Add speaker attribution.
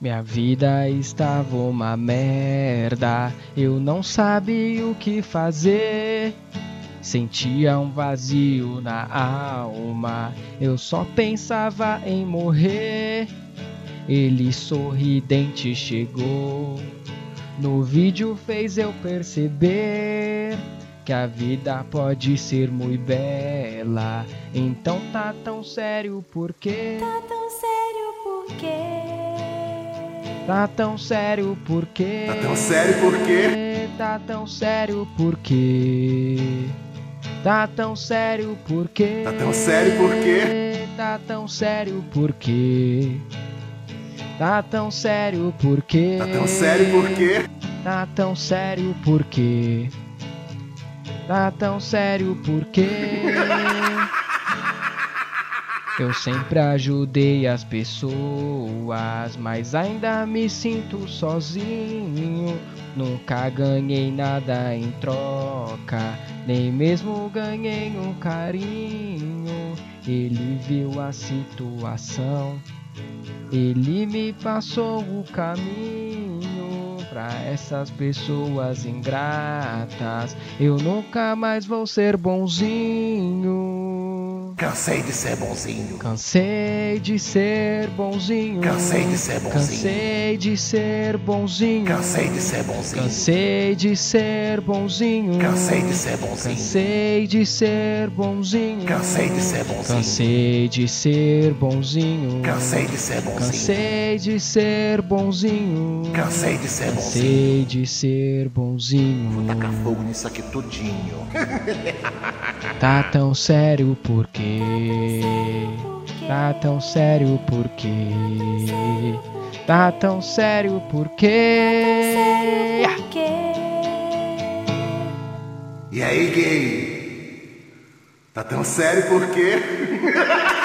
Speaker 1: Minha vida estava uma merda, eu não sabia o que fazer. Sentia um vazio na alma, eu só pensava em morrer. Ele sorridente chegou, no vídeo fez eu perceber que a vida pode ser muito bela. Então tá tão sério por quê?
Speaker 2: Tá tão sério por quê?
Speaker 1: Tá tão sério por quê?
Speaker 3: Tá tão sério por quê?
Speaker 1: Tá tão sério por quê? Tá tão sério por quê?
Speaker 3: Tá tão sério por quê?
Speaker 1: Tá tão sério por quê? Tá tão sério por quê?
Speaker 3: Tá tão sério por quê?
Speaker 1: Tá tão sério por quê? Tá tão sério por quê? Eu sempre ajudei as pessoas, mas ainda me sinto sozinho. Nunca ganhei nada em troca, nem mesmo ganhei um carinho. Ele viu a situação, ele me passou o caminho pra essas pessoas ingratas. Eu nunca mais vou ser bonzinho.
Speaker 3: Cansei de ser bonzinho.
Speaker 1: Cansei de ser bonzinho.
Speaker 3: Cansei de ser bonzinho.
Speaker 1: Cansei de ser bonzinho.
Speaker 3: Cansei de ser bonzinho.
Speaker 1: Cansei de ser bonzinho.
Speaker 3: Cansei de ser bonzinho.
Speaker 1: Cansei de ser bonzinho.
Speaker 3: Cansei de ser bonzinho.
Speaker 1: Cansei de ser bonzinho.
Speaker 3: Cansei de ser bonzinho.
Speaker 1: Cansei de ser bonzinho.
Speaker 3: Cansei de ser bonzinho.
Speaker 1: Cansei de ser bonzinho.
Speaker 3: Vou tacar fogo nisso aqui tudinho.
Speaker 1: Tá tão sério por quê?
Speaker 2: Por quê?
Speaker 1: Tá tão sério por quê? Tá tão sério por quê?
Speaker 2: Sério por quê?
Speaker 3: E aí, gay? Tá tão sério por quê?